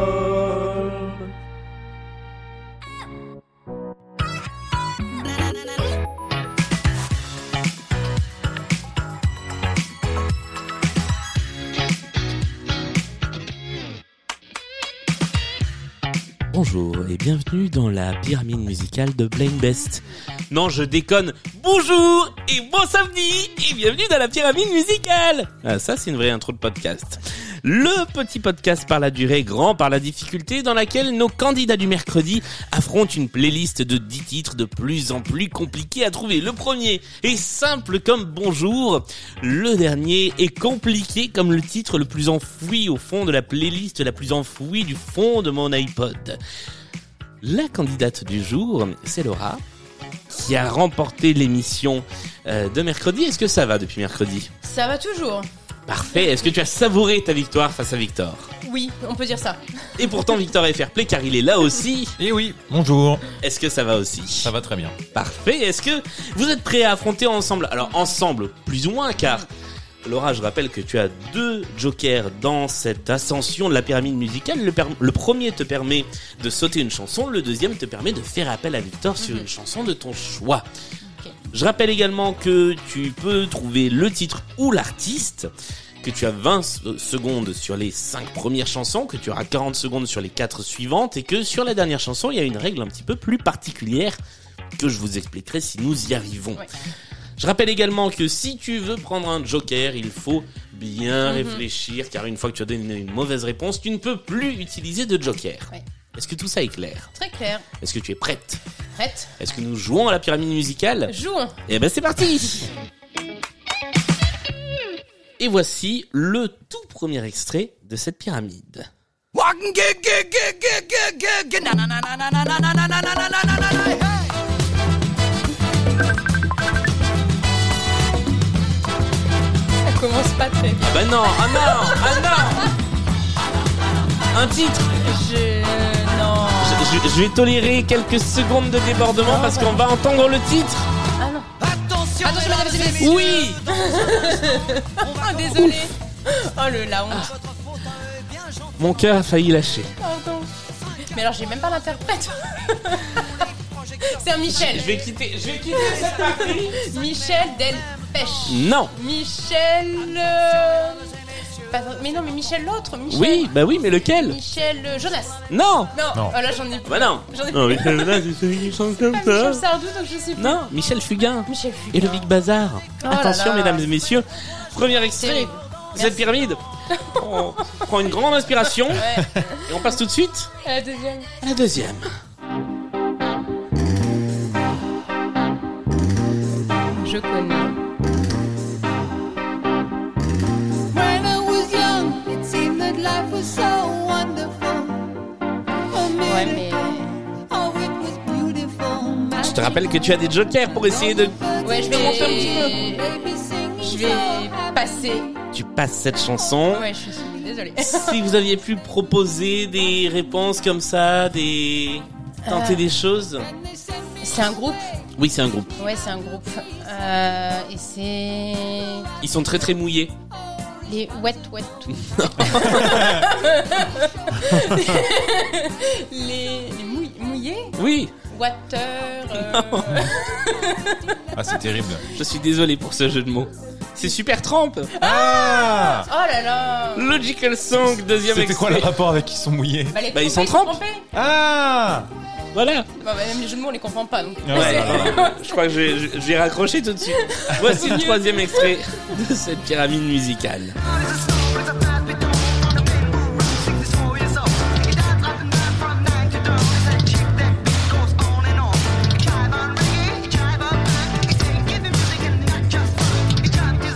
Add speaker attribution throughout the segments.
Speaker 1: Microstockholm.
Speaker 2: Bonjour et bienvenue dans la pyramide musicale de Blind Best. Non, je déconne. Bonjour et bon samedi et bienvenue dans la pyramide musicale. Ah, ça, c'est une vraie intro de podcast. Le petit podcast par la durée, grand par la difficulté, dans laquelle nos candidats du mercredi affrontent une playlist de 10 titres de plus en plus compliqués à trouver. Le premier est simple comme bonjour. Le dernier est compliqué comme le titre le plus enfoui au fond de la playlist la plus enfouie du fond de mon iPod. La candidate du jour, c'est Laura, qui a remporté l'émission euh, de mercredi. Est-ce que ça va depuis mercredi
Speaker 3: Ça va toujours
Speaker 2: Parfait. Est-ce que tu as savouré ta victoire face à Victor
Speaker 3: Oui, on peut dire ça.
Speaker 2: Et pourtant, Victor est fair play car il est là aussi.
Speaker 4: Et Eh oui, bonjour.
Speaker 2: Est-ce que ça va aussi
Speaker 4: Ça va très bien.
Speaker 2: Parfait. Est-ce que vous êtes prêts à affronter ensemble Alors ensemble, plus ou moins, car Laura, je rappelle que tu as deux jokers dans cette ascension de la pyramide musicale. Le, per- le premier te permet de sauter une chanson, le deuxième te permet de faire appel à Victor sur
Speaker 3: Mhm.
Speaker 2: une chanson de ton choix.
Speaker 3: Ok.
Speaker 2: Je rappelle également que tu peux trouver le titre ou l'artiste, que tu as 20 s- euh, secondes sur les 5 premières chansons, que tu auras 40 secondes sur les 4 suivantes et que sur la dernière chanson, il y a une règle un petit peu plus particulière que je vous expliquerai si nous y arrivons.
Speaker 3: Ouais.
Speaker 2: Je rappelle également que si tu veux prendre un joker, il faut bien réfléchir car une fois que tu as donné une mauvaise réponse, tu ne peux plus utiliser de joker.
Speaker 3: Ouais.
Speaker 2: Est-ce que tout ça est clair
Speaker 3: Très clair.
Speaker 2: Est-ce que tu es prête
Speaker 3: Prête
Speaker 2: Est-ce que nous jouons à la pyramide musicale
Speaker 3: Jouons
Speaker 2: Eh ben c'est parti Et voici le tout premier extrait de cette pyramide.
Speaker 3: Ça commence pas très bien.
Speaker 2: Ah bah non Ah non Ah non Un titre
Speaker 3: Je... Non...
Speaker 2: je, je- je vais tolérer quelques secondes de débordement parce qu'on va entendre le titre
Speaker 3: Ah non Attention, mesdames et messieurs
Speaker 2: Oui
Speaker 3: Ah, désolé Oh, le la honte
Speaker 2: Ah. Mon cœur a failli lâcher.
Speaker 3: Pardon Mais alors, j'ai même pas l'interprète C'est un
Speaker 2: Je
Speaker 3: Michel
Speaker 2: vais quitter, je vais quitter cette partie
Speaker 3: Michel Delpech
Speaker 2: Non
Speaker 3: Michel... euh, pas- Mais non, mais Michel l'autre Michel...
Speaker 2: Oui, bah oui, mais lequel
Speaker 3: Michel euh, Jonas
Speaker 2: Non
Speaker 3: Non,
Speaker 4: Non.
Speaker 3: Oh là, j'en ai plus
Speaker 2: Bah non
Speaker 3: J'en ai
Speaker 2: Non, Michel Jonas, c'est celui qui chante comme
Speaker 3: pas Michel Sardou, donc je sais plus
Speaker 2: Non, Michel Fugain
Speaker 3: Michel
Speaker 2: et le
Speaker 3: Fugain.
Speaker 2: Big Bazar.
Speaker 3: là
Speaker 2: Attention,
Speaker 3: là.
Speaker 2: mesdames et messieurs. Premier extrait
Speaker 3: Terrible.
Speaker 2: de cette pyramide. On prend une grande inspiration
Speaker 3: Ouais,
Speaker 2: et on passe tout de suite
Speaker 3: à la Euh, deuxième.
Speaker 2: à la deuxième.
Speaker 3: Je connais.
Speaker 5: When I was young, it seemed that life was so wonderful. A
Speaker 3: Ouais,
Speaker 5: miracle,
Speaker 3: mais.
Speaker 5: oh, it was beautiful.
Speaker 2: Je te rappelle que tu as des jokers pour essayer de.
Speaker 3: Ouais, je vais
Speaker 2: monter un
Speaker 3: petit peu. Je vais passer.
Speaker 2: Tu passes cette chanson.
Speaker 3: Ouais, je suis désolée.
Speaker 2: Si vous aviez pu proposer des réponses comme ça, des. tenter des choses.
Speaker 3: C'est un groupe
Speaker 2: Oui, c'est un groupe.
Speaker 3: Ouais, c'est un groupe. Euh, et c'est.
Speaker 2: Ils sont très très mouillés.
Speaker 3: Les Wet Wet Wet. les les mouill- mouillés
Speaker 2: Oui,
Speaker 3: Water. euh,
Speaker 4: Ah, c'est terrible.
Speaker 2: je suis désolé pour ce jeu de mots. C'est Super Tramp
Speaker 4: Ah
Speaker 3: Oh là là
Speaker 2: Logical Song, deuxième
Speaker 4: C'était
Speaker 2: extrait.
Speaker 4: quoi le rapport avec qu'ils sont mouillés
Speaker 3: les
Speaker 2: Bah, ils sont
Speaker 3: trompés,
Speaker 4: Ah
Speaker 2: Voilà
Speaker 3: trompés. Bah, bah, même les jeux de mots, on les comprend pas. Donc.
Speaker 4: Ouais,
Speaker 2: Ouais,
Speaker 4: voilà.
Speaker 2: Ah, je crois que j'ai- j'ai j'ai raccroché tout de suite. Voici le troisième extrait de cette pyramide musicale.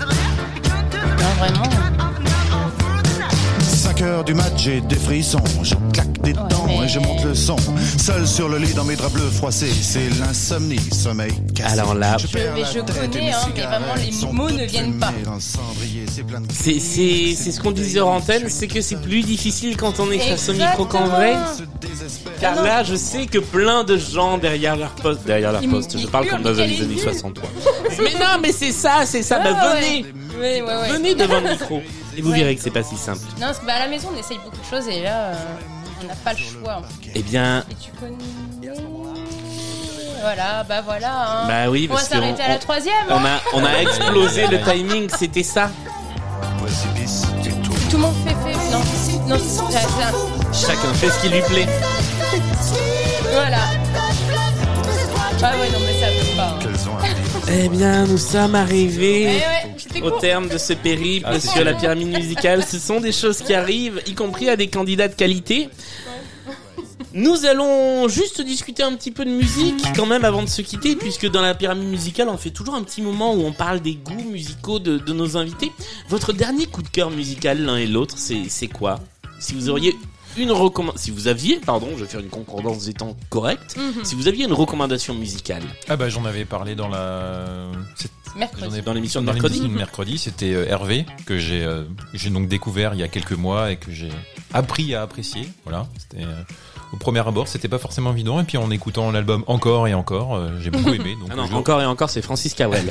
Speaker 3: Non, vraiment.
Speaker 6: 5 heures du match, j'ai des frissons. Je claque des dents
Speaker 3: mais-
Speaker 6: et je monte le son. Seul sur le lit dans mes draps bleus froissés, c'est l'insomnie, sommeil cassé.
Speaker 2: Alors là,
Speaker 3: Je-
Speaker 6: perds
Speaker 3: mais
Speaker 6: la
Speaker 3: je
Speaker 6: tête et
Speaker 3: connais,
Speaker 6: mes
Speaker 3: hein, mais
Speaker 6: cigarettes
Speaker 3: vraiment, les
Speaker 6: sont
Speaker 3: mots ne
Speaker 6: toutes
Speaker 3: viennent pas.
Speaker 6: fumées dans le cendrier, c'est plein de-
Speaker 2: c'est c'est- c'est ce qu'on disait hors antenne, c'est que c'est plus difficile quand on est face au micro qu'en vrai.
Speaker 3: Exactement.
Speaker 6: Se désespère.
Speaker 2: Car là, je sais que plein de gens derrière leur poste, derrière leur
Speaker 3: Ils
Speaker 2: poste, je parle comme dans
Speaker 3: hurlent
Speaker 2: les
Speaker 3: qu'elle est
Speaker 2: années
Speaker 3: nulle.
Speaker 2: 60. quoi. mais non, mais c'est ça, c'est ça.
Speaker 3: Ah
Speaker 2: bah
Speaker 3: ouais.
Speaker 2: venez,
Speaker 3: Ouais, ouais, ouais.
Speaker 2: Venez devant le micro et vous verrez que c'est pas si simple.
Speaker 3: Non, parce que bah, à la maison, on essaye beaucoup de choses et là, euh, on n'a pas le choix. en fait.
Speaker 2: Eh bien,
Speaker 3: Et tu connais. Voilà, bah voilà. hein.
Speaker 2: bah oui,
Speaker 3: on va
Speaker 2: parce qu'on
Speaker 3: s'arrêter à la troisième.
Speaker 2: on
Speaker 3: hein.
Speaker 2: a, on a explosé le timing, c'était ça.
Speaker 6: Précipice et tout.
Speaker 3: Tout le monde fait fait. Non, non, c'est ça.
Speaker 2: Chacun fait ce qui lui plaît.
Speaker 3: Voilà. Ah ouais, non, mais ça peut pas. hein.
Speaker 6: Qu'elles ont à dire.
Speaker 2: Eh bien, nous sommes
Speaker 3: Eh
Speaker 2: arrivés.
Speaker 3: ouais, c'était
Speaker 2: Au
Speaker 3: court.
Speaker 2: terme de ce périple
Speaker 4: Ah, c'est
Speaker 2: sur la
Speaker 4: sûr.
Speaker 2: pyramide musicale, ce sont des choses qui arrivent, y compris à des candidats de qualité. Nous allons juste discuter un petit peu de musique quand même avant de se quitter, puisque dans la pyramide musicale, on fait toujours un petit moment où on parle des goûts musicaux de, de nos invités. Votre dernier coup de cœur musical l'un et l'autre, c'est c'est quoi Si vous auriez une recommandation, si vous aviez, pardon, je vais faire une concordance des temps correcte, si vous aviez une recommandation musicale
Speaker 4: Ah bah j'en avais parlé dans la. c'est-
Speaker 3: Mercredi.
Speaker 4: j'en avais-
Speaker 2: dans l'émission de
Speaker 4: Dans
Speaker 2: mercredi,
Speaker 4: l'émission de mercredi, c'était euh, Hervé que j'ai euh, j'ai donc découvert il y a quelques mois et que j'ai appris à apprécier. Voilà, c'était euh, au premier abord, c'était pas forcément évident et puis en écoutant l'album encore et encore, euh, j'ai beaucoup aimé. Donc
Speaker 2: ah non,
Speaker 4: je-
Speaker 2: encore et encore, c'est Francis Cabrel.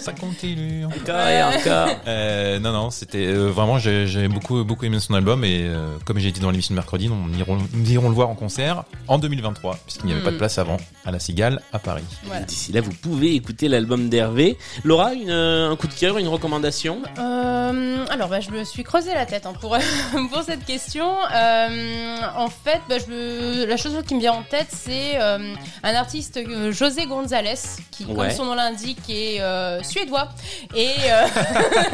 Speaker 4: ça continue.
Speaker 2: encore et encore.
Speaker 4: Euh, non non, c'était euh, vraiment j'ai j'ai beaucoup beaucoup aimé son album et euh, comme j'ai dit dans l'émission de mercredi, nous irons, nous irons le voir en concert en 2023 puisqu'il n'y avait
Speaker 3: Hmm.
Speaker 4: pas de place avant à la Cigale à Paris.
Speaker 3: Voilà.
Speaker 2: D'ici là, vous pouvez écouter l'album d'Hervé. Laura, une, euh, un coup de cœur, une recommandation
Speaker 3: Euh, alors, bah, je me suis creusé la tête hein, pour, pour cette question. Euh, en fait, bah, je me- la chose qui me vient en tête, c'est euh, un artiste, euh, José González, qui, comme
Speaker 2: Ouais.
Speaker 3: son nom l'indique, est euh, suédois. Et, euh,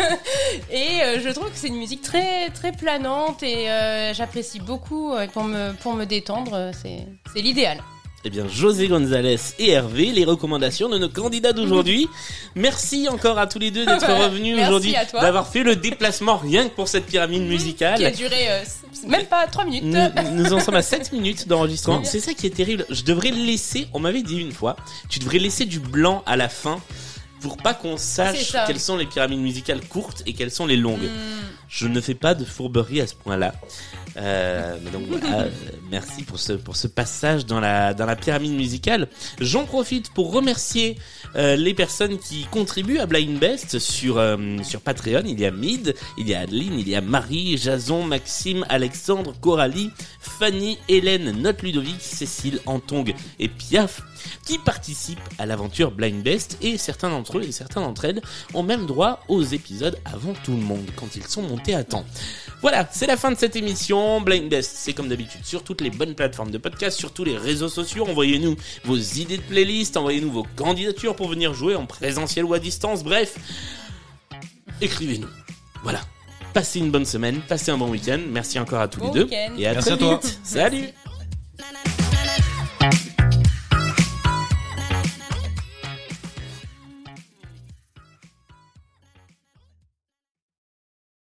Speaker 3: et euh, je trouve que c'est une musique très, très planante et euh, j'apprécie beaucoup euh, pour me, pour me détendre. euh, C'est c'est l'idéal.
Speaker 2: Eh bien, José González et Hervé, les recommandations de nos candidats d'aujourd'hui. Merci encore à tous les deux d'être
Speaker 3: Voilà.
Speaker 2: revenus
Speaker 3: Merci
Speaker 2: aujourd'hui,
Speaker 3: à toi.
Speaker 2: d'avoir fait le déplacement rien que pour cette pyramide
Speaker 3: Qui a
Speaker 2: musicale.
Speaker 3: duré euh, s- même pas 3 minutes.
Speaker 2: Nous, nous en sommes à 7 minutes d'enregistrement. C'est ça qui est terrible. Je devrais laisser, on m'avait dit une fois, tu devrais laisser du blanc à la fin pour pas qu'on
Speaker 3: Ah, C'est
Speaker 2: sache
Speaker 3: ça.
Speaker 2: quelles sont les pyramides musicales courtes et quelles sont les longues.
Speaker 3: Hmm.
Speaker 2: Je ne fais pas de fourberie à ce point-là. Euh, mais donc voilà, euh, merci pour ce pour ce passage dans la dans la pyramide musicale. J'en profite pour remercier euh, les personnes qui contribuent à Blind Best sur euh, sur Patreon. Il y a Mid, il y a Adeline, il y a Marie, Jason, Maxime, Alexandre, Coralie, Fanny, Hélène, Note Ludovic, Cécile, Antong et Piaf qui participent à l'aventure Blind Best et certains d'entre eux et certains d'entre elles ont même droit aux épisodes avant tout le monde quand ils sont montés à temps. Voilà, c'est la fin de cette émission. Blind Best, c'est comme d'habitude sur toutes les bonnes plateformes de podcast, sur tous les réseaux sociaux. Envoyez-nous vos idées de playlist, envoyez-nous vos candidatures pour venir jouer en présentiel ou à distance. Bref, écrivez-nous. Voilà. Passez une bonne semaine, passez un bon week-end. Merci encore à tous
Speaker 3: Bon
Speaker 2: les deux.
Speaker 3: week-end.
Speaker 2: Et à
Speaker 4: Merci
Speaker 2: très
Speaker 4: à toi.
Speaker 2: vite. Salut.